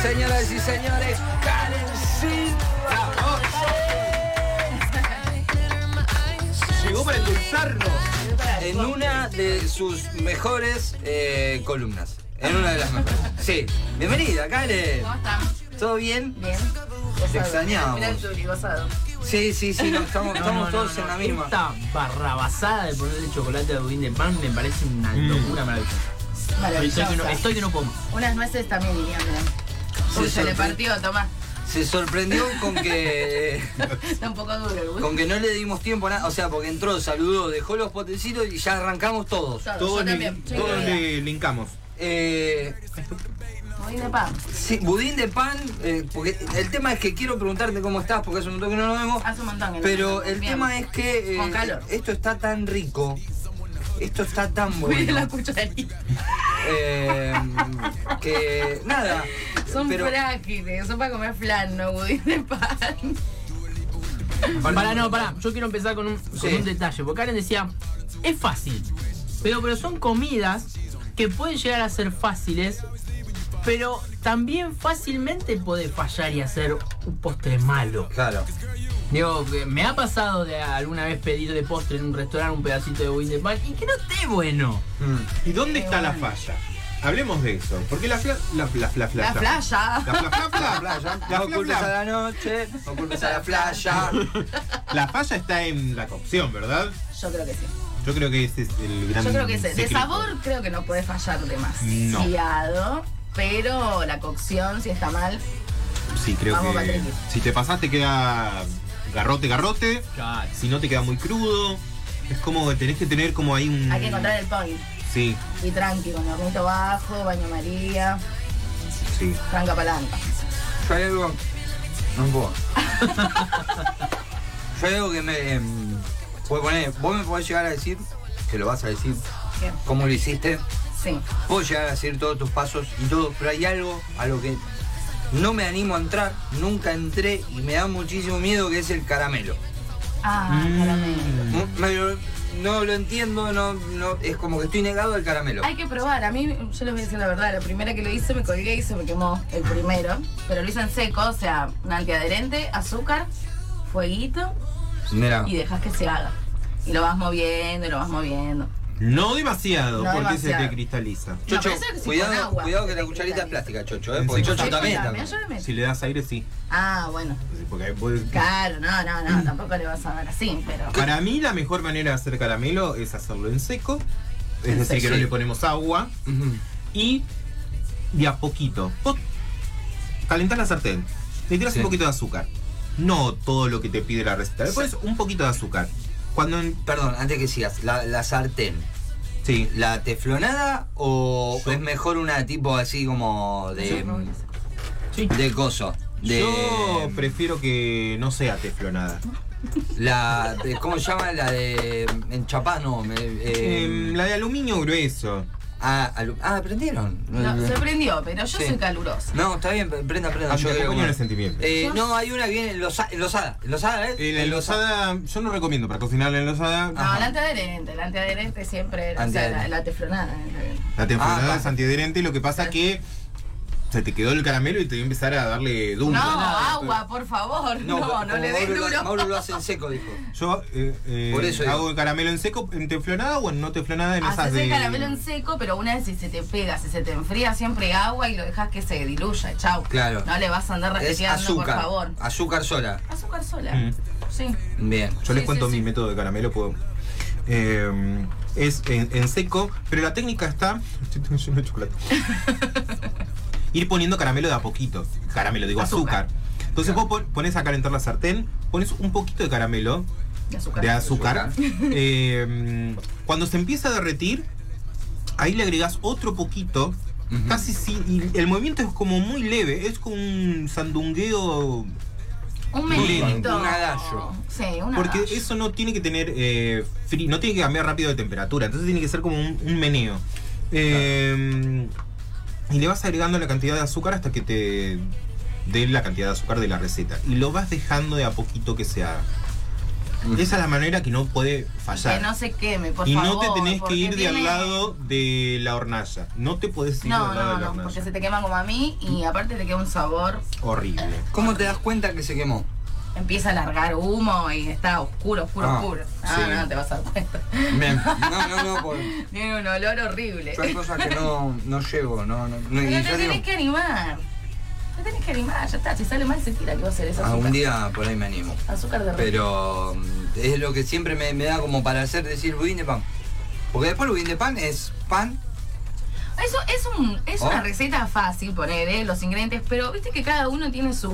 Señoras y señores, Karencita. Llegó para endulzarnos. en una de sus mejores eh, columnas. En una de las mejores. Sí. Bienvenida, Karen. ¿Cómo están? ¿Todo bien? Bien. Te extrañamos. Mira el Juli, gozado. Sí, sí, sí, no, estamos, No, estamos no, todos no, en la no. misma. Esta barrabasada de ponerle chocolate a budín de pan me parece una locura maravillosa. Estoy Maravillosa. que, no, estoy que no como. Unas nueces también dirían, mirá. Se Uy, se, le sorpre- partió, tomá. Se sorprendió con que, Está un poco duro el gusto. con que no le dimos tiempo a nada. O sea, porque entró, saludó, dejó los potecitos y ya arrancamos todos. Yo Todos, li- también. Yo todos también. le linkamos. Eh, Muy de pan. sí, budín de pan, eh, porque el tema es que quiero preguntarte cómo estás, porque hace un montón que no nos vemos. Hace un montón que no Pero nos el comíamos. tema es que eh, Con calor. esto está tan rico, esto está tan Mira la bueno, cucharita. eh, que nada. Son pero frágiles, son para comer flan, no budín de pan. Pará, no, pará. Yo quiero empezar con un, con Sí. un detalle. Porque Karen decía, es fácil. Pero, pero son comidas que pueden llegar a ser fáciles. Pero también fácilmente puede fallar y hacer un postre malo. claro, Digo, que me ha pasado de alguna vez pedir de postre en un restaurante un pedacito de budín de pan y que no esté bueno. mm, ¿Y dónde Qué está la bueno. falla? Hablemos de eso. Porque la fla, la fla, fla, fla, La fla. playa. La fla, fla, fla, fla, Ah, playa, La no fla, culpes fla. a la noche, no culpes a la playa. La falla está en la cocción, ¿verdad? Yo creo que sí. Yo creo que ese es el gran Yo creo que ese. De secreto. sabor creo que no puede fallar No. demasiado. Pero la cocción, si está mal, Sí, creo Vamos, que Patricio. si te pasás te queda garrote, garrote. Si no te queda muy crudo. Es como que tenés que tener como ahí un... hay que encontrar el point. Sí, Y tranqui, con hornito bajo, baño María, sí. franca palanca. Yo hay algo. No puedo. Yo hay algo que me. em, puedo poner. Vos me podés llegar a decir, que lo vas a decir, ¿Qué? cómo lo hiciste. Sí. Puedo llegar a decir todos tus pasos y todo, pero hay algo a lo que no me animo a entrar, nunca entré y me da muchísimo miedo que es el caramelo. Ah, Mm. caramelo. No, me lo- no lo entiendo, no, no, es como que estoy negado al caramelo. Hay que probar, a mí, yo les voy a decir la verdad, la primera que lo hice me colgué y se me quemó el primero, pero lo hice en seco, o sea, un antiadherente, azúcar, fueguito Mira, y dejas que se haga. Y lo vas moviendo, y lo vas moviendo. No demasiado, No porque demasiado. se te cristaliza. No, Chocho, pero eso es que si cuidado, con agua cuidado se que la te cucharita es cristaliza. plástica, Chocho, eh, porque Sí, Chocho sí, también está. Ayúdame, ayúdame. Si le das aire, sí. Ah, bueno. Porque ahí puedes- Claro, no, no, Mm. no, tampoco le vas a dar así, pero... Para mí la mejor manera de hacer caramelo es hacerlo en seco. Es En decir, seco. que no le ponemos agua. Ujú. Y de a poquito. Vos calentás la sartén. Le tiras Sí. un poquito de azúcar. No todo lo que te pide la receta. Le pones un poquito de azúcar. Cuando... en- Perdón, antes que sigas, la, la sartén, Sí. ¿la teflonada o Yo- es mejor una tipo así como de, Sí. de coso? De, Yo prefiero que no sea teflonada. La de, ¿cómo se llama? La de en Chapano. me- eh, Em, la de aluminio grueso. ah, alu- ah, aprendieron. No, se prendió, pero yo Sí. soy calurosa. No, está bien, prenda, prenda. Ah, yo te acompaño en el sentimiento. Eh, no, hay una que viene enlosa- enlosada. ¿Enlosada, eh? Eh, la Enlosa- enlosada, yo no recomiendo para cocinar la enlosada. No, el antiadherente, el antiadherente siempre era, o sea, Antiadherente. la, la teflonada. La temporada Ah, es antiadherente y lo que pasa que se te quedó el caramelo y te voy a empezar a darle No, duro. agua, por favor, no, no, como le des Mauro duro. Lo, Mauro lo hace en seco, dijo. Yo eh, eh, Por eso hago digo. el caramelo en seco, en teflonada o en no teflonada en esas Haces de... Ah, el caramelo en seco, pero una vez si se te pega, si se te enfría, siempre agua y lo dejas que se diluya, chau. Claro. No le vas a andar Es reseteando, por azúcar. favor. Azúcar sola. Azúcar sola. Mm. Sí. Bien. Yo les Sí, cuento sí, mi sí. método de caramelo, puedo... eh, es en, en seco, pero la técnica está... Estoy todo lleno de chocolate. Ir poniendo caramelo de a poquito. Caramelo, digo azúcar. Azúcar. Entonces vos pon- pones a calentar la sartén, pones un poquito de caramelo, De azúcar. de azúcar. Eh, cuando se empieza a derretir, ahí le agregás otro poquito. Ujú. Casi sin. y el movimiento es como muy leve, es como un sandungueo. Un Muy menudito. lindo. Un adagio. Sí, un Porque adagio. eso no tiene que tener. eh, fri- no tiene que cambiar rápido de temperatura, entonces tiene que ser como un, un meneo. Eh, Y le vas agregando la cantidad de azúcar hasta que te dé la cantidad de azúcar de la receta. Y lo vas dejando de a poquito que se haga. Esa es la manera que no puede fallar. Que no se queme, por y favor. no te tenés que porque ir de al tiene- lado de la hornalla. No te puedes ir No, al lado no, de la no, hornalla. porque se te quema como a mí y aparte te queda un sabor. Horrible. ¿Cómo te das cuenta que se quemó? Empieza a largar humo y está oscuro, oscuro, Ah, oscuro. Ah, sí. no, te vas a dar cuenta. No, no, no, por, Tiene un olor horrible. son cosas que no, no llego, no, no, no, y Pero ya te digo, tenés que animar. Te tenés que animar, ya está. Si sale mal, se tira. ¿Qué va a hacer? Es azúcar. algún Ah, día por ahí me animo. Azúcar de Pero mm, es lo que siempre me, me da como para hacer decir budín de pan. Porque después el budín de pan es pan, Eso es, un, es Oh. una receta fácil poner ¿eh? los ingredientes, pero viste que cada uno tiene su,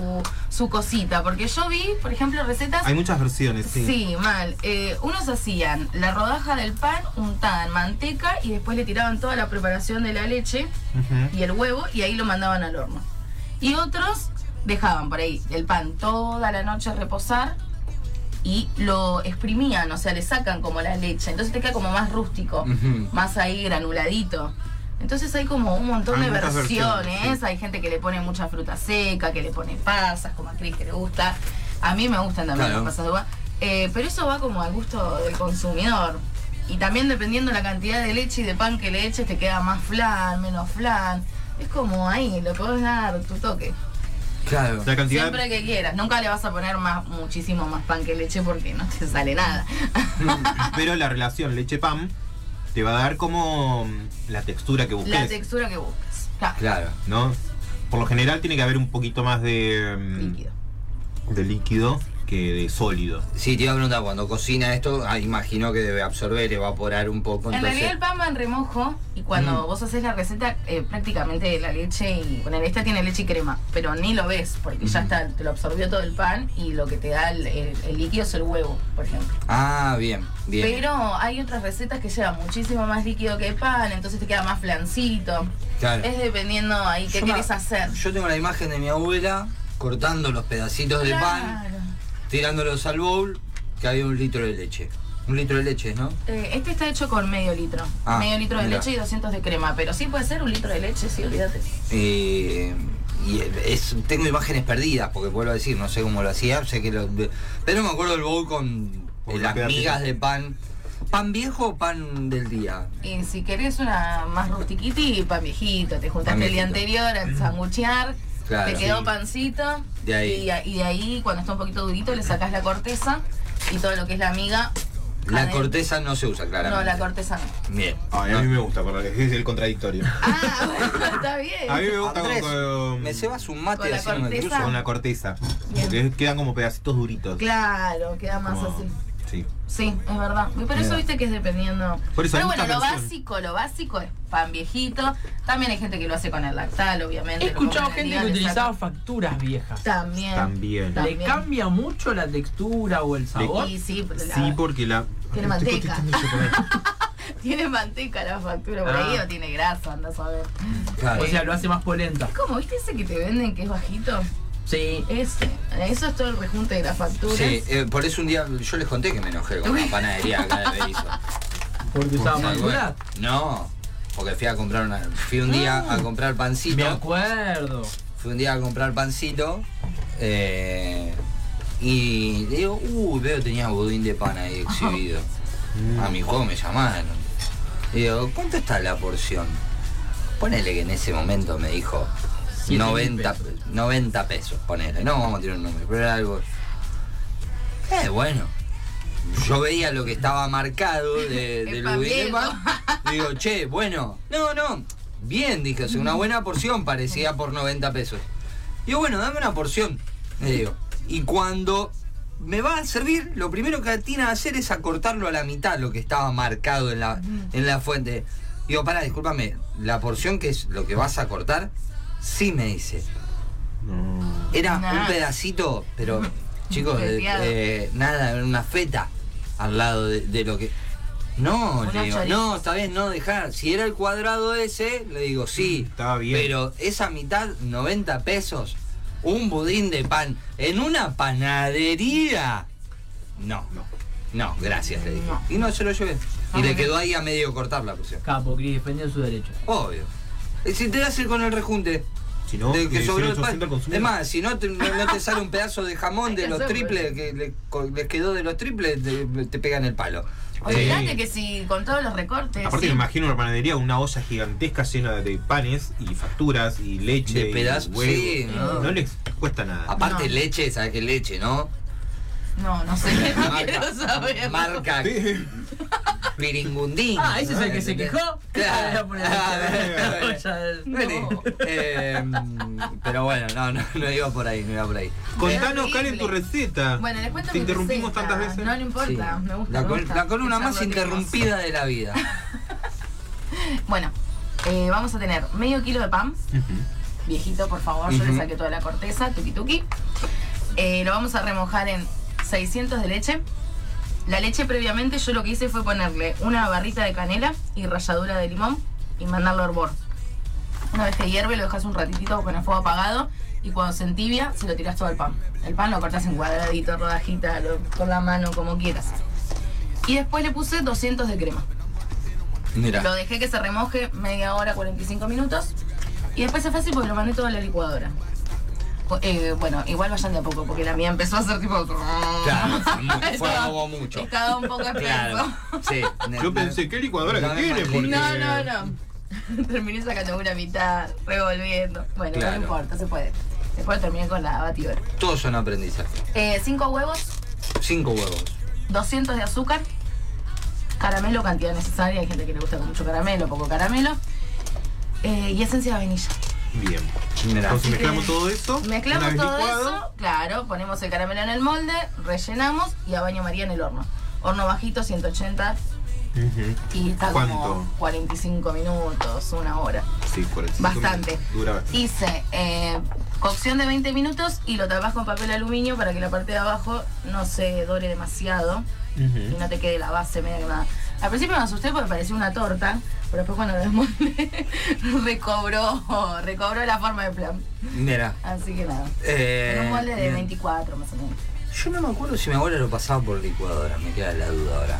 su cosita. Porque yo vi, por ejemplo, recetas. Hay muchas versiones, sí. Sí, mal. Eh, unos hacían la rodaja del pan untada en manteca y después le tiraban toda la preparación de la leche Ujú. y el huevo y ahí lo mandaban al horno. Y otros dejaban por ahí el pan toda la noche reposar y lo exprimían, o sea, le sacan como la leche. Entonces te queda como más rústico, Ujú. más ahí granuladito. Entonces hay como un montón Hay de muchas versiones. versiones, sí. Hay gente que le pone mucha fruta seca, que le pone pasas, como a Cris que le gusta. A mí me gustan también Claro. las pasas de uva. Eh, pero eso va como al gusto del consumidor. Y también dependiendo la cantidad de leche y de pan que le eches, te queda más flan, menos flan. Es como ahí, lo podés dar tu toque. claro. La cantidad. Siempre que quieras. Nunca le vas a poner más, muchísimo más pan que leche porque no te sale nada. Pero la relación leche-pan te va a dar como mm, la textura que la busques. textura que buscas. Claro. Claro. ¿No? Por lo general tiene que haber un poquito más de. mm, Líquido. de líquido que de sólido. Sí, te iba a preguntar, cuando cocina esto, ah, imagino que debe absorber, evaporar un poco. En Entonces, realidad el pan va en remojo y cuando vos haces la receta eh, prácticamente la leche y bueno, esta tiene leche y crema, pero ni lo ves porque ya está, te lo absorbió todo el pan y lo que te da el, el- el líquido es el huevo, por ejemplo. Ah, bien, bien. Pero hay otras recetas que llevan muchísimo más líquido que pan, entonces te queda más flancito. Claro. Es dependiendo ahí qué Yo me- quieres hacer. Yo tengo la imagen de mi abuela cortando los pedacitos de pan, Claro. tirándolos al bowl, que había un litro de leche. Un litro de leche, ¿no? Eh, este está hecho con medio litro. Ah, medio litro de mira. leche y 200 de crema, pero sí puede ser un litro de leche, sí, olvídate. Eh, y es, tengo imágenes perdidas, porque vuelvo a decir, no sé cómo lo hacía, sé que lo- pero me acuerdo del bowl con eh, Con las la migas pegatina. de pan. ¿Pan viejo o pan del día? Y si querés una más rustiquiti, pan viejito, te juntaste Pan el día viejito. anterior a sanguchear, Claro. te quedó Sí. pancito, De ahí. Y, a- y de ahí cuando está un poquito durito le sacás la corteza y todo lo que es la miga. La adentro. corteza no se usa, claramente. No, la corteza no. Bien. a mí me gusta, es el contradictorio. Ah, bueno, está bien. A mí me gusta Andrés, con, um, me cebas un mate con la así no me corteza. cruzo. con la corteza. Bien. Porque quedan como pedacitos duritos. Claro, queda más Como- así. Sí. Sí, es verdad. Pero eso Mira. viste que es dependiendo. Por eso hay Pero bueno, muchas lo versiones. básico, lo básico es pan viejito. También hay gente que lo hace con el lactal, obviamente. He lo pongo escuchado en el gente día, que le utilizaba saco- facturas viejas. También. También. ¿Le También. cambia mucho la textura o el sabor? Y sí, pero la- Sí, porque la. Pues, Tiene Ay, estoy manteca. contestando yo tiene manteca la factura por Ah. ahí o tiene grasa, anda a saber. Claro. O sea, lo hace más polenta. Es como, ¿viste ese que te venden que es bajito? Sí. Ese. Eso es todo el rejunte de las facturas. Sí, eh, por eso un día yo les conté que me enojé con la panadería acá de Berizo. Porque usaba facturas. No, porque fui a comprar una, fui un día Ah. a comprar Me pancito, acuerdo. fui un día a comprar pancito eh, y le digo, uh, veo tenía budín de pan ahí exhibido. A mi juego me llamaron. Y digo, ¿cuánto está la porción? Ponele que en ese momento me dijo Siete mil 90 pesos. pesos. 90 pesos, ponele. No vamos a tirar un número, pero era algo. Eh, bueno. Yo veía lo que estaba marcado de, El del pan budín de viejo. pan. Digo, che, bueno. No, no. Bien, dije, o sea, una buena porción parecía por 90 pesos. Digo, bueno, dame una porción. Le digo. Y cuando me va a servir, lo primero que atina a hacer es acortarlo a la mitad, lo que estaba marcado en la, en la fuente. Digo, pará, discúlpame, la porción que es lo que vas a cortar, sí me dice. No. Era Nah. un pedacito, pero chicos, eh, Peteado. eh, nada, era una feta al lado de, de lo que. No, Unos le digo, chorizos. no, está bien, no dejar. Si era el cuadrado ese, le digo, sí. Mm, Estaba bien. Pero esa mitad, 90 pesos, un budín de pan en una panadería. No, No. no, gracias, le dije. No. Y no, se lo llevé. Ah, Y le bueno. quedó ahí a medio cortar la porción. Capo, Cris, defendió su derecho. Obvio. Y Si te das el con el rejunte, Si no, de que eh, sobró el 0,800 pan. al consumidor. Es más, si no te, no- no te sale un pedazo de jamón Hay de que los hacerlo, triples, que le- co- les quedó de los triples, te, te pegan el palo. Eh, Olvídate que si con todos los recortes. Aparte sí. me imagino una panadería, una olla gigantesca llena de panes y facturas y leche De y pedazos, huevos. sí, Ah, no. ¿no? les cuesta nada. aparte No. leche, ¿sabes qué leche, no? No, no sé, no quiero saber. marca Sí. Piringundín. Ah, ese es el que se quejó. Ah, voy a Claro. Ah, poner la olla del- No. Vení. Em, pero bueno, no, no, no iba por ahí, no iba por ahí. Terrible. Contanos, Karen, tu receta. Bueno, les cuento Te mi interrumpimos receta. tantas veces. No, no importa, Sí. me gusta. La, me col- gusta la columna pensar más lo que interrumpida de la vida. pienso. Bueno, eh, vamos a tener medio kilo de pan, Ujú. viejito, por favor, yo le Ujú. saqué toda la corteza, tuki tuki. Eh, lo vamos a remojar en 600 de leche. La leche previamente yo lo que hice fue ponerle una barrita de canela y ralladura de limón y mandarlo a hervor. Una vez que hierve lo dejas un ratitito con el fuego apagado y cuando se entibia se lo tiras todo al pan. El pan lo cortas en cuadradito, rodajita, lo- con la mano, como quieras. Y después le puse 200 de crema. Lo Mira. dejé que se remoje media hora, 45 minutos. Y después es fácil porque lo mandé todo a la licuadora. O- eh, bueno, igual vayan de a poco porque la mía empezó a hacer tipo. Claro, fue mu- fue como mucho. Estaba un poco Claro. Eh, experto. Sí. Yo pensé, ¿qué licuadora No, que no, tiene? no, Porque- No, no, no. Terminé sacando una mitad, revolviendo. Bueno, Claro. no importa, se puede. Después terminé con la batidora. Todos son aprendizajes. Eh, cinco huevos, Cinco huevos. 200 de azúcar, caramelo, cantidad necesaria. Hay gente que le gusta con mucho caramelo, poco caramelo. Eh, y esencia de vainilla. Bien. Mira. Entonces mezclamos todo eso. una Mezclamos vez todo licuado. eso, claro, ponemos el caramelo en el molde, rellenamos y a baño María en el horno. Horno bajito, 180 Ujú. y está ¿Cuánto? como 45 minutos, una hora. Sí, 45 Bastante. minutos. Dura bastante. Hice eh, cocción de 20 minutos y lo tapas con papel aluminio para que la parte de abajo no se dore demasiado y Ujú. no te quede la base media quemada. Al principio me asusté porque parecía una torta, pero después cuando lo desmonté recobró, recobró la forma de plan. Mira. Así que nada. Eh, En un molde de bien. 24 más o menos. Yo no me acuerdo si mi abuela lo pasaba por licuadora, me queda la duda ahora.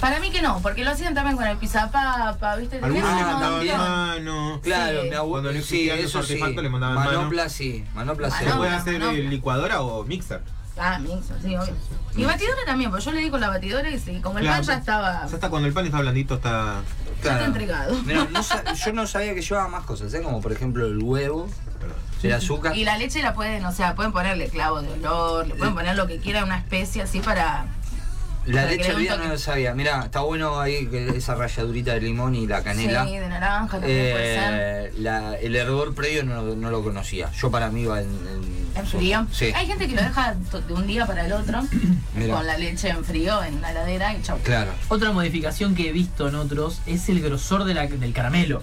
Para mí que no, porque lo hacían también con el pizapapa, ¿viste? Algunos Tenían le un mandaban montón. mano. Claro, Sí. mi abuela. Cuando no sí, existían los eso sí. artefactos, le mandaban manopla mano. sí, manopla sí. ¿Se Manopla. puede hacer Ah, no. eh, licuadora o mixer? Ah, mixer, sí, obvio. Y batidora también, porque yo le di con la batidora y sí, como el Claro, pan ya estaba Ya está cuando el pan está blandito, está. ya está entregado. Mirá, no sa- yo no sabía que llevaba más cosas, ¿eh? como por ejemplo el huevo, Perdón. el azúcar. Y la leche la pueden, o sea, pueden ponerle clavo de olor, le pueden poner lo que quieran, una especie así para... La Para que le leche dé un olvida no toque. lo sabía. Mirá, está bueno ahí que esa ralladurita de limón y la canela. Sí, de naranja también puede ser. Eh, la- el hervor previo no, no lo conocía. Yo para mí iba en. en- En frío. Sí. Hay gente que lo deja to- de un día para el otro Mira. con la leche en frío en la heladera y chau. Claro. Otra modificación que he visto en otros es el grosor de la- del caramelo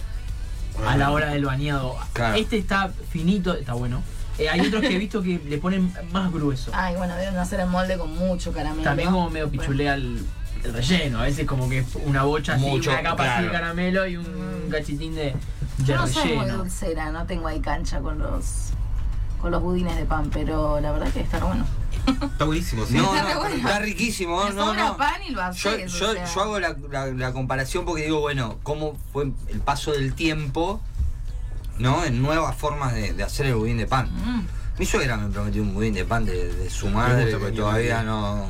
a la hora del bañado. Claro. Este está finito, está bueno. Eh, hay otros que he visto que le ponen más grueso. Ay, bueno, deben hacer el molde con mucho caramelo. También como medio Bueno. pichulea el, el relleno. A veces como que es una bocha así, Mucho, una capa así de claro. caramelo y un cachitín de, de Yo no soy muy relleno. dulcera, no tengo ahí cancha con los con los budines de pan, pero la verdad que está bueno. Está buenísimo, ¿sí? No, no, Está bueno. está riquísimo. Le Oh, No, sobra no. pan y lo haces, Yo, o yo- sea. yo hago la, la- la comparación porque digo, bueno, cómo fue el paso del tiempo, ¿no? En nuevas formas de, de hacer el budín de pan. Mm. Mi suegra me prometió un budín de pan de, de su Me madre, gusta que mañana, todavía sí. no.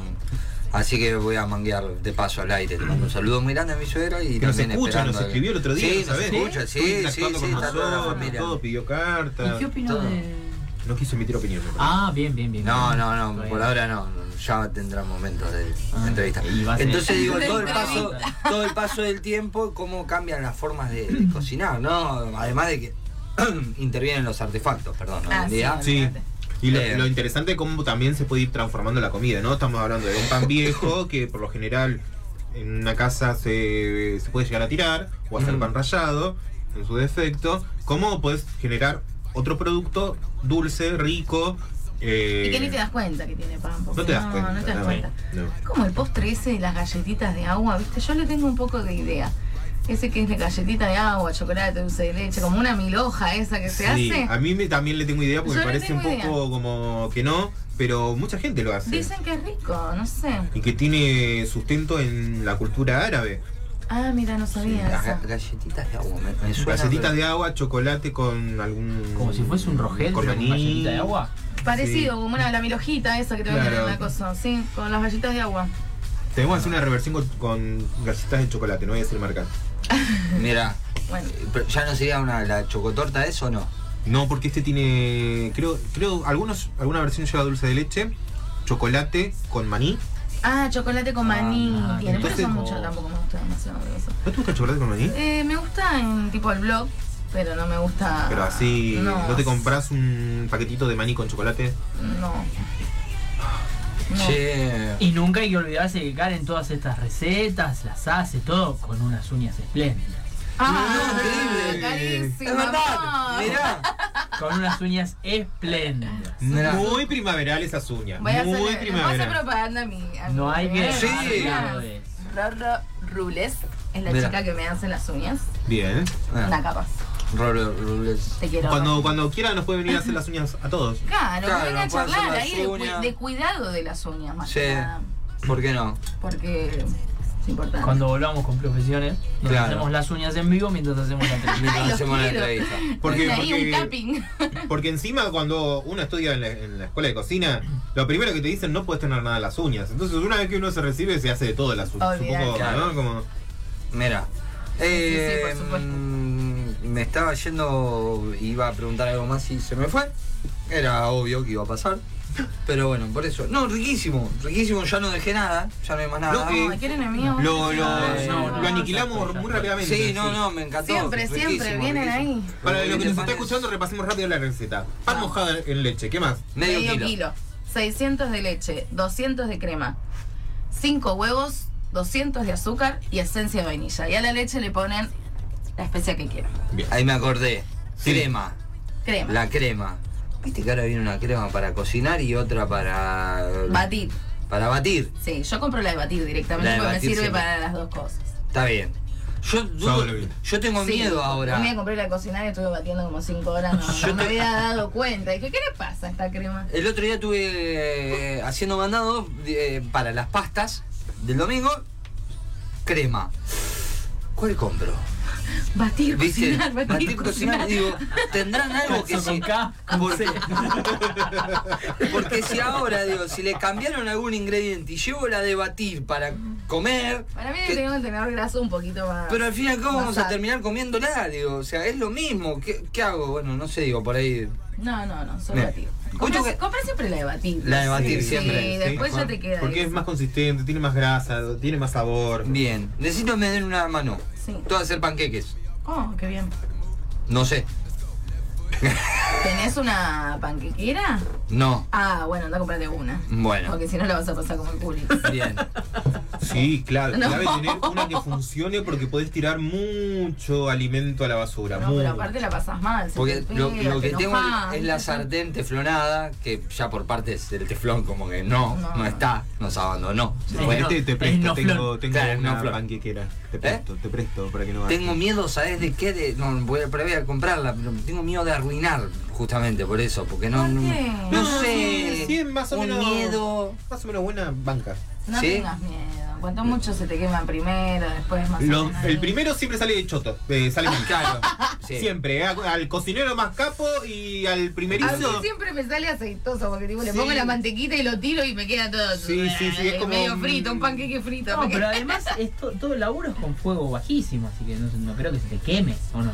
Así que voy a manguear de paso al aire. Te mando un saludo muy grande a mi suegra y Que nos también escucha, nos esperando- escribió el otro día, sí, ¿no ¿sabés? Nos escucha, sí, Estuvo sí, sí, interactuando con está toda la nosotros, familia. todo, pidió ¿Y cartas. qué opinas Todo. de...? No quiso emitir opinión. me parece. Ah, bien, bien, bien. No, bien. no, no, Está por bien. ahora no, ya tendrá momentos de Ah, entrevista. y va a ser- Entonces digo, De todo el paso, entrevista. todo el paso del tiempo, cómo cambian las formas de, de cocinar, ¿no? Además de que intervienen los artefactos, perdón, hoy Ah, en día. sí. Sí. Y lo, Eh. lo interesante es cómo también se puede ir transformando la comida, ¿no? Estamos hablando de un pan viejo que por lo general en una casa se, se puede llegar a tirar o hacer Ujú. pan rallado en su defecto. ¿Cómo puedes generar otro producto dulce, rico? eh, Y que ni te das cuenta que tiene pan. porque No te das cuenta. No, te das no, cuenta. no. Como el postre ese de las galletitas de agua, ¿viste? Yo le tengo un poco de idea. Ese que es de galletita de agua, chocolate, dulce de leche, como una miloja esa que se Sí, hace. A mí me- también le tengo idea porque Yo me le parece un tengo poco idea. como que no, pero mucha gente lo hace. Dicen que es rico, no sé. Y que tiene sustento en la cultura árabe. Ah, mira, no sabía Las ga- eso. galletitas de agua, me, me suena. Galletitas de agua, chocolate con algún. Como si fuese un rogel, con pero con maní. galletita de agua. Parecido, como una, la milojita esa que te venden Claro. en la cosa, sí, con las galletas de agua. Tenemos que hacer una reversión con, con galletitas de chocolate, no voy a decir marca. Mira, Bueno, ¿ya no sería una, la chocotorta eso o no? No, porque este tiene. Creo, creo, algunos, alguna versión lleva dulce de leche, chocolate con maní. ah, chocolate con Ah, maní ah, tiene, pero entonces- eso mucho tampoco me gusta demasiado eso. ¿No te gusta el chocolate con maní? Eh, me gusta en tipo el blog, pero no me gusta. Pero así, no, no. te compras un paquetito de maní con chocolate? No. No. Che. Y nunca hay que olvidarse que Karen todas estas recetas las hace todo con unas uñas espléndidas. Ah, increíble. carísima, es verdad, no. mirá. Con unas uñas espléndidas. Mirá. Muy primaveral esas uñas. Voy a hacer, eh, muy voy a hacer primaveral. propaganda a mi. a No mi hay que Sí. dejarlo de- Rorro Rules es la Mira. chica que me hace las uñas. Bien. Una Ah, capa. Rolo- Robles. Te quiero. Cuando, cuando quiera nos puede venir a hacer las uñas a todos. Claro, Claro, que venga a puede hacer charlar las ahí de, cu- uñas. de cuidado de las uñas más Sí. que nada, ¿Por qué no? Porque es importante. Cuando volvamos con profesiones, nos Claro. hacemos las uñas en vivo mientras hacemos la entrevista. Mientras Ay, los hacemos la quiero. entrevista. ¿Por qué? Tiene ahí Porque- un capping. Porque encima cuando uno estudia en la, en la escuela de cocina, lo primero que te dicen no puedes tener nada en las uñas. Entonces una vez que uno se recibe se hace de todo las uñas. Un Olvidate. poco, Claro. ¿no? Como, Mira. sí, por eh, supuesto. mm, me estaba yendo, iba a preguntar algo más y se me fue. Era obvio que iba a pasar. Pero bueno, por eso. No, riquísimo, riquísimo, ya no dejé nada, ya no hay más nada. No, eh, Ay, ¿Quieren amigos? lo, lo, Ay, no, lo no, no, aniquilamos no, muy no. rápidamente. sí, no, no, me encantó. Siempre, siempre, vienen ahí. Para lo que nos Pan está es escuchando, repasemos rápido la receta. Pan mojado en leche, ¿qué más? Medio, kilo. 600 de leche, 200 de crema, 5 huevos, 200 de azúcar y esencia de vainilla. Y a la leche le ponen la especia que quieran. Bien. Ahí me acordé. Sí. Crema, Crema. la crema. Viste que ahora viene una crema para cocinar y otra para. Batir. Para batir. Sí, yo compro la de batir La directamente de porque batir me sirve siempre. para las dos cosas. Está bien. Yo, dudo- lo vi. yo tengo Sí, miedo ahora. Un día compré la de cocinar y estuve batiendo como 5 horas. No, Yo no me te- había dado cuenta. Dije, ¿qué le pasa a esta crema? El otro día estuve eh, haciendo mandado eh, para las pastas del domingo. Crema. ¿Cuál compro? Batir, ¿Viste? cocinar, batir, Batir, cocinar. Digo, tendrán algo que Eso con sí. K, con C. Porque si ahora, digo, si le cambiaron algún ingrediente y llevo la de batir para comer. Para mí que- tengo que tener graso un poquito más. pero al fin y al cabo vamos a basado. terminar comiéndola, digo. O sea, es lo mismo. ¿Qué, qué hago? Bueno, no sé, digo, por ahí. No, no, no, solo Bien. batir. Justo Comprá que- comprá siempre la de batir. La de batir Sí, siempre, Sí, sí, después mejor. ya te queda. Porque eso. es más consistente, tiene más grasa, tiene más sabor. Bien. Necesito que me den una mano. Sí. Todo hacer panqueques. Oh, qué bien. No sé. ¿Tenés una panquequera? No. Ah, bueno, anda a comprarte una. Bueno. Porque si no la vas a pasar como el culo. Bien. Sí, claro. No. Clave tener una que funcione porque podés tirar mucho alimento a la basura. No, mucho. pero aparte la pasás mal. se Porque te lo, pega, lo que te tengo enojás, es la ¿viste? sartén teflonada, que ya por partes del teflón como que no, No. no, está, nos abandonó. Se Sí. fue. Bueno, no, te, te es presto, no tengo, flor. tengo Claro, una no flor. panquequera. Te presto, te presto para que no hagas. Tengo miedo, ¿sabes de qué? De- no, voy a, pero voy a comprarla, pero tengo miedo de arruinar, justamente por eso, porque no... ¿Por no- qué? No, No, sé, sí, sí, más o un menos. miedo... Más o menos buena banca. No ¿Sí? tengas miedo. Cuanto mucho se te queman primero, después más. o Lo- menos ahí. el primero siempre sale de choto, eh, sale mal. Claro, sí. Siempre, eh, al cocinero más capo y al A mí primerizo. siempre me sale aceitoso porque tipo, le Sí. pongo la mantequita y lo tiro y me queda todo Sí, sí, sí, es como medio un- frito, un panqueque frito. No, me pero queda- además esto, todo el laburo es con fuego bajísimo, así que no, no creo que se te queme, ¿o no?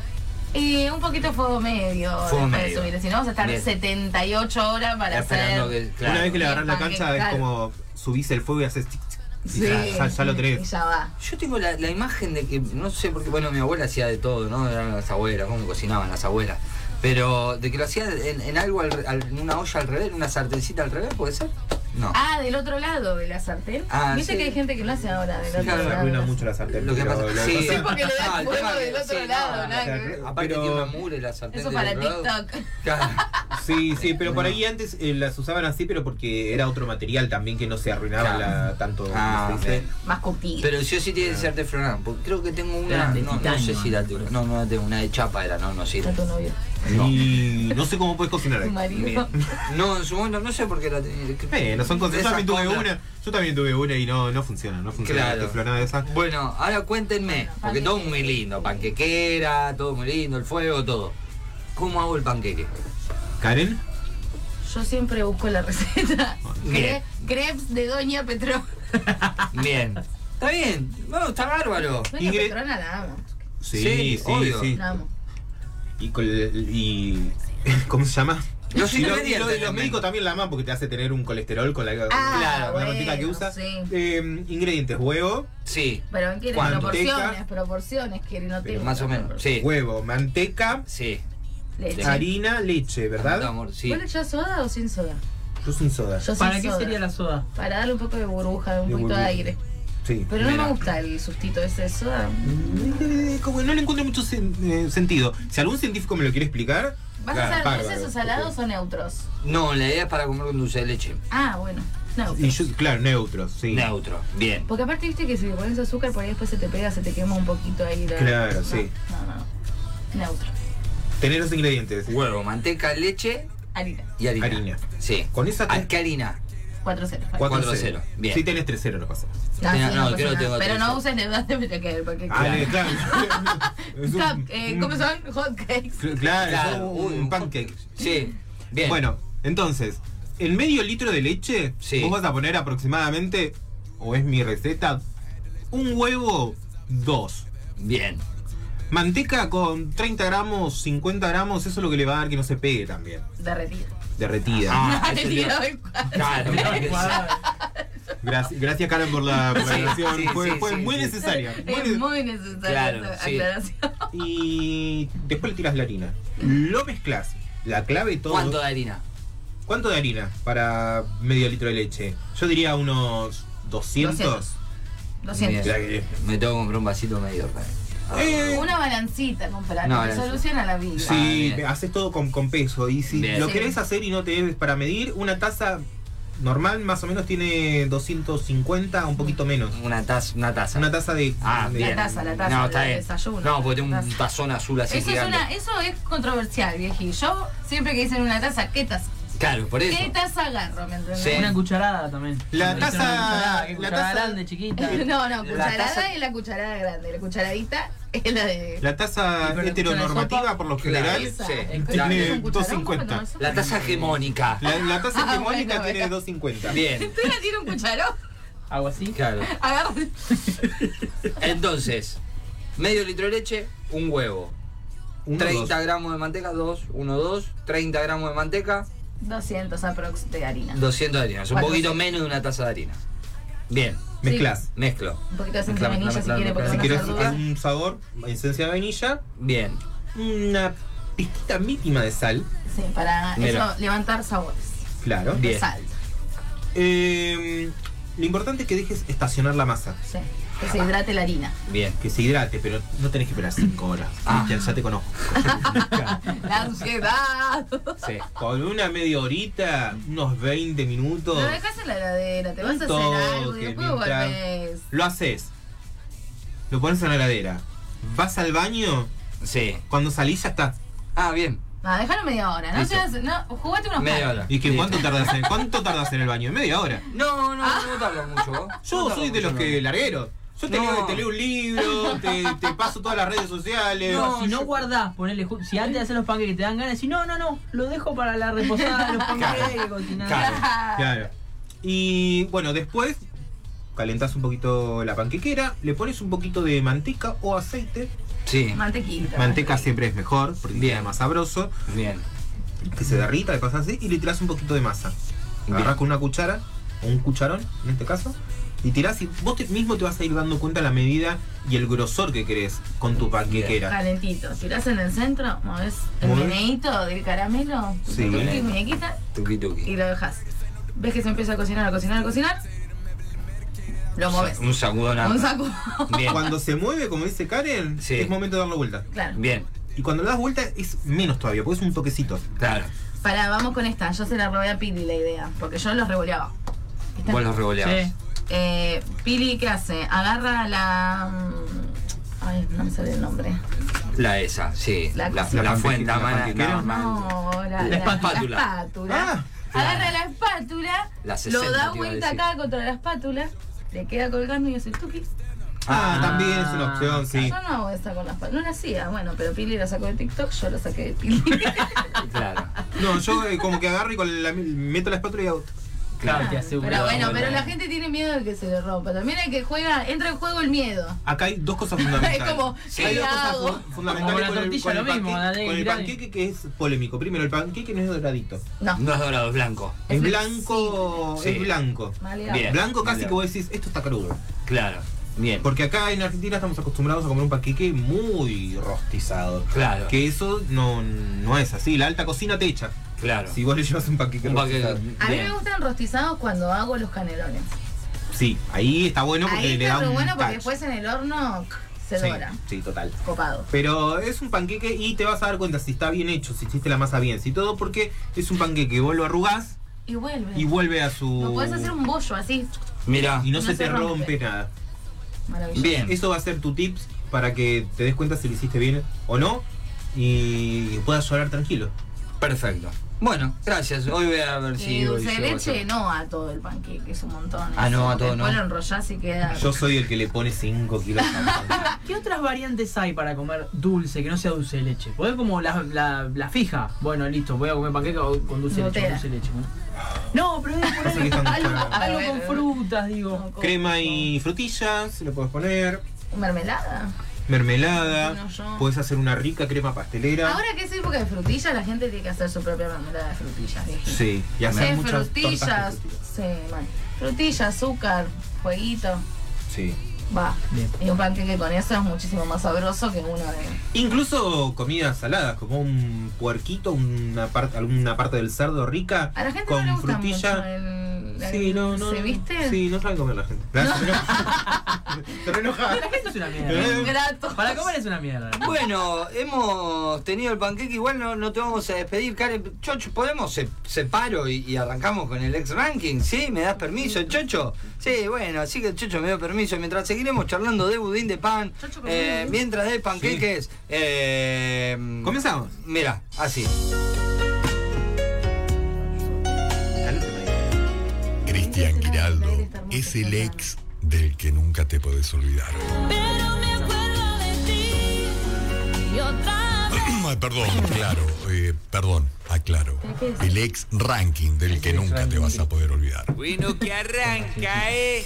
Eh, un poquito fuego medio. Fuego después de medio. subir, Si no, vamos a estar Bien. 78 horas para Esperando hacer. que... claro. Una vez que le agarras la Sí, panque- cancha es claro. como subís el fuego y haces tic, tic, y Sí. ya, ya- ya lo Y tenés. ya va. Yo tengo la, la imagen de que, no sé, porque bueno, mi abuela hacía de todo, ¿no? Eran las abuelas, cómo cocinaban las abuelas. Pero de que lo hacía en, en algo, al re- al- en una olla al revés, en una sartencita al revés, ¿puede ser? No. Ah, del otro lado de la sartén. Ah, Viste sí. que hay gente que lo hace ahora del Sí, otro claro, lado. se arruina mucho la sartén. Lo que pero- pasa lo que sí. pasa- Sí, porque le da Ah, el tema fuego que- del otro sí, lado, no, nada que claro, ver. Aparte Pero- tiene una mugre la sartén. Eso del para otro lado. TikTok. Claro. Sí, sí, pero por No. ahí antes eh, las usaban así, pero porque era otro material también que no se arruinaba Claro. la- tanto. Ah, ¿cómo se dice? bien. Más copia. Pero yo sí tiene que ser teflonada, porque creo que tengo una. Eran de No, no titanio, sé si la ¿no? tengo. No, no la tengo, una de chapa era, no, no sirve. tu novio. Y no sé cómo puedes cocinar. Tu marido. No, en su momento no sé por qué la tenía. que- Bueno, Eh, son cosas. Yo esas también tuve cosas. una. Yo también tuve una y no, no funciona. No funciona Claro. la teflonada de esa. Bueno, ahora cuéntenme, porque todo muy lindo, panquequera, todo muy lindo, el fuego, todo. ¿Cómo hago el panqueque? Karen, Yo siempre busco la receta. Bien. Cre- Crepes de Doña Petrona. Bien. Está bien, no, está bárbaro. Doña Ingrid- Petrona la amo. Sí, obvio. La amo. Y con el- y ¿cómo se llama? Los Y lo- y ingredientes lo- y los también. médicos también la aman porque te hace tener un colesterol con la, con la Ah, bueno, manteca que usa. sí. Eh, ingredientes, huevo, Sí, Pero quiere ¿Cuánto? proporciones, proporciones, quiere no Pero tengo. más o menos. Sí, huevo, manteca, sí. Leche. Sí. harina, leche, Tanto ¿verdad? amor, sí. ¿Vos le echás soda o sin soda? Yo sin soda. Yo ¿Para sin qué soda. sería la soda? Para darle un poco de burbuja, un De poquito de burbuja. aire. Sí. Pero Mira. no me gusta el sustito ese de soda. Eh, Como que no le encuentro mucho sen- eh, sentido. Si algún científico me lo quiere explicar, ¿Vas claro, a hacer bárbaro. dulces o salados o neutros? No, la idea es para comer con dulce de leche. Ah, bueno, neutros. Y yo- claro, neutros, sí. Neutro, bien. Porque aparte viste que si le pones azúcar por ahí después se te pega, se te quema un poquito ahí. la- Claro, no, sí. No, no, no. Neutro. Tener los ingredientes. Huevo, manteca, leche Harina. y harina. Harina. Sí. Con esa Ah, ¿Qué harina? 4-0. Cuatro. 4-0. Bien. Si tenés 3-0 lo pasas. No, sí, No, no, creo no, pasa que nada. tengo Pero tres. no uses deudas de Betacare porque. Ah, eh, claro. Es un- Cup- eh, ¿Cómo son? Hotcakes. Cl- Claro, Claro, Ah, es un, un- pancake. Sí, bien. Bueno, entonces, el medio litro de leche, Sí. vos vas a poner aproximadamente, o es mi receta, un huevo, dos. Bien. Manteca con 30 gramos, 50 gramos, eso es lo que le va a dar que no se pegue también. Derretido. Derretida. Ah, eso te iba- Derretido del cuadro. Claro, claro que sí. Gracias, gracias Karen por la por la Sí, aclaración. sí, fue sí, fue sí, muy sí. necesaria. Muy Es ne- muy necesaria Claro, esa sí. aclaración. Y después le tiras la harina. Lo mezclas. La clave todo. ¿Cuánto de harina? ¿Cuánto de harina para medio litro de leche? Yo diría unos 200. 200. Lo Bien. siento. Ya que- Me tengo que comprar un vasito medio raro. Ah, Eh, Una balancita comprar, Una que balancita. soluciona la vida. Ah, Sí, bien. haces todo con, con peso. Y si Bien. lo Sí. querés hacer y no te debes para medir, una taza normal más o menos tiene 250, un poquito menos. Una taza, una taza. Una taza de. Ah, de- bien. La taza, la taza No, del está bien. desayuno. No, porque tengo un Taza. tazón azul así Eso es, gigante. una, eso es controversial, vieji. Yo siempre que dicen una taza, ¿qué taza? Claro, por eso. ¿Qué taza agarro? ¿Me entendés? Sí. Una cucharada también. La Cuando taza- hicieron una cucharada, que la cucharada taza- grande, chiquita. No, no, La cucharada taza- es la cucharada grande, la cucharadita es la de... La taza Y con la cuchara de heteronormativa, sopa. por lo Claro, general, esa. sí. El- Tiene ¿Cómo es un cucharón? 250. ¿Cómo tomás eso? La taza hegemónica. la, la taza Ah, hegemónica bueno, tiene bueno. 250. Bien, ¿Usted la tiene un cucharón? Algo así. claro. Agarro... Entonces, medio litro de leche, un huevo. Uno, 30 dos. gramos de manteca, 2, 1, 2. 30 gramos de manteca, 200 aprox de harina. 200 de harina. Es un Cuatro, poquito sí. menos de una taza de harina. Bien, Mezclas. mezclo. Un poquito de esencia Mezclame, de vainilla si mezclame, quiere, mezclame. porque Si Una quieres no duda. un sabor, esencia de vainilla, Bien, una pizquita mínima de sal, Sí, para Mira. eso, levantar sabores. claro. Bien. Sal. Eh, lo importante es que dejes estacionar la masa. Sí. Que se hidrate la harina. bien. Que se hidrate, pero no tenés que esperar 5 horas. Ah. Ya, ya te conozco. La ansiedad. Sí. Con una media horita, unos 20 minutos, Lo dejas en la heladera, te Un vas a hacer algo y toque, después mientras- volvés. lo haces. Lo pones en la heladera. Vas al baño, Sí. cuando salís ya está. Ah, bien. No, déjalo media hora, no Listo. seas. No, jugate unos Media palos. hora. ¿Y que Listo. cuánto tardas en, cuánto tardas en el baño? Media hora. No, no, no tarda mucho. ¿no? No Yo tarda soy de mucho, los no. que larguero. Yo te, No. leo, te leo un libro, te, te paso todas las redes sociales. No, si no yo- guardás, ponele, ju- si antes de hacer los panqueques te dan ganas, si no, no, no, lo dejo para la reposada de los panqueques, cocinar. Claro. Claro. Y bueno, después calentás un poquito la panquequera, le pones un poquito de manteca o aceite. Sí, Mantequita. Manteca siempre es mejor porque Bien. queda más sabroso, bien. que se derrita, de cosas así, y le tirás un poquito de masa. Bien. Agarrás con una cuchara, o un cucharón en este caso, y tirás y vos te- mismo te vas a ir dando cuenta la medida y el grosor que querés con tu panquequera. Calentito. Tirás en el centro, movés el Movés. meneíto del caramelo, Sí. tu tuqui, muñequita, Tuki tuki. y lo dejas. ¿Ves que se empieza a cocinar, a cocinar, a cocinar? Lo moves. Un sacudón. Un saco. Bien. Cuando se mueve, como dice Karen, Sí. es momento de darle vuelta. Claro. Bien, Y cuando le das vuelta es menos todavía, porque es un toquecito. claro. Pará, vamos con esta. Yo se la robé a Pili la idea, porque yo los revoleaba. ¿Viste? Vos los revoleabas. Sí. Eh, Pili, ¿qué hace? Agarra la. mm, Ay, no me sale el nombre. La esa, sí. La, La- la, la fuente, pantequera, la mano- pantequera. no, mano- No, la, La espátula. la espátula. Ah, Agarra la espátula, La 60 lo da te iba a vuelta decir. acá contra la espátula, le queda colgando y hace tuki. ah, Ah. también es una opción, sí. Yo no hago esa con la espátula. No la hacía, bueno, pero Pili la sacó de TikTok, yo la saqué de Pili. Claro. No, yo eh, como que agarro y con la, meto la espátula y hago. Claro, te hace un pero bueno, bravo, pero ¿no? la gente tiene miedo de que se le rompa. También hay que juega, entra en juego el miedo. Acá hay dos cosas fundamentales. Es como, Sí, ¿qué hay dos cosas hago? fu- fundamentales Como la con el, tortilla, con el lo mismo, la panqueque, de con el Irán. panqueque que es polémico. Primero, el panqueque no es doradito. No, No es dorado, es blanco. Es Es blanco, flexible. es Sí. blanco. maleado. Bien. Blanco casi Bien. que vos decís, esto está crudo. Claro. Bien. Porque acá en Argentina estamos acostumbrados a comer un panqueque muy rostizado. Claro. Que eso no, no es así. La alta cocina te echa. Claro. Si vos le llevas un panqueque Un paquete- rostizado. A mí me bien. gustan rostizados cuando hago los canelones. Sí, ahí está bueno porque Ahí le está da re un bueno porque touch. después en el horno se sí, dora. sí, total. Copado. Pero es un panqueque y te vas a dar cuenta si está bien hecho, si hiciste la masa bien, si todo, porque es un panqueque, vos lo arrugás Y vuelve. y vuelve a su... Lo puedes hacer un bollo así. Mirá. Y no, no se, se te rompe. rompe. nada. Maravilloso. Bien. Eso va a ser tu tips para que te des cuenta si lo hiciste bien o no y puedas llorar tranquilo. Perfecto. Bueno, gracias. Hoy voy a ver si. Y dulce de yo leche otro. no a todo el panqueque, es un montón. Ah, Es no, a como que todo después no. lo enrollás y queda. Yo soy el que le pone 5 kilos. a un panqueque. ¿Qué otras variantes hay para comer dulce que no sea dulce de leche? Porque es como la, la- la fija. Bueno, listo, voy a comer panqueca con dulce de leche. Nutella. con dulce de leche. ¿no? No, pero voy a Pasa que poner están algo, fuera. algo con frutas, digo. Crema y frutillas, lo puedes poner. Mermelada. Mermelada. No, yo- Puedes hacer una rica crema pastelera. Ahora que es época de frutillas, la gente tiene que hacer su propia mermelada de frutillas. viejito. Sí, y hacer Sí, muchas tortas Eh, frutillas. de frutillas. Sí, man. Frutillas, azúcar, jueguito. Sí. Va. Bien. Y un panqueque con eso es muchísimo más sabroso que uno de. Incluso comidas saladas, como un puerquito, una parte, alguna parte del cerdo rica A la gente con no le gusta frutilla. mucho el. el- Sí, no, no. Eh, ¿Se viste? Sí, no sabe comer la gente. Se enoja. Se reenoja. La gente es una mierda. Eh. Ingrato. Para comer es una mierda. Bueno, hemos tenido el panqueque, igual no, no te vamos a despedir, Karen. Chocho, ¿podemos? Se, separo y, y arrancamos con el ex ranking, ¿sí? ¿Me das permiso, Chocho? Sí, bueno, así que el Chocho me dio permiso. Mientras seguiremos charlando de budín de pan, Chocho, eh, ¿comés? mientras de panqueques, eh, Comenzamos. Mira, así. Cristian Giraldo es el ex del que nunca te podés olvidar. Pero me acuerdo de ti y otra vez. Ay, perdón, claro, eh, perdón, aclaro. El ex ranking del que nunca te vas a poder olvidar. Bueno, que arranca, ¿eh?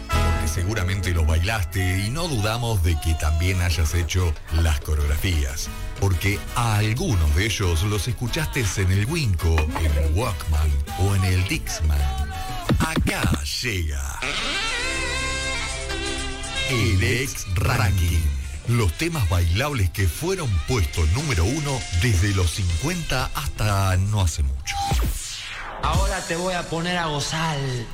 Porque seguramente lo bailaste y no dudamos de que también hayas hecho las coreografías. Porque a algunos de ellos los escuchaste en el Winco, en el Walkman o en el Dixman. Acá llega. El ex ranking. Los temas bailables que fueron puesto número uno desde los 50 hasta no hace mucho. Ahora te voy a poner a gozar.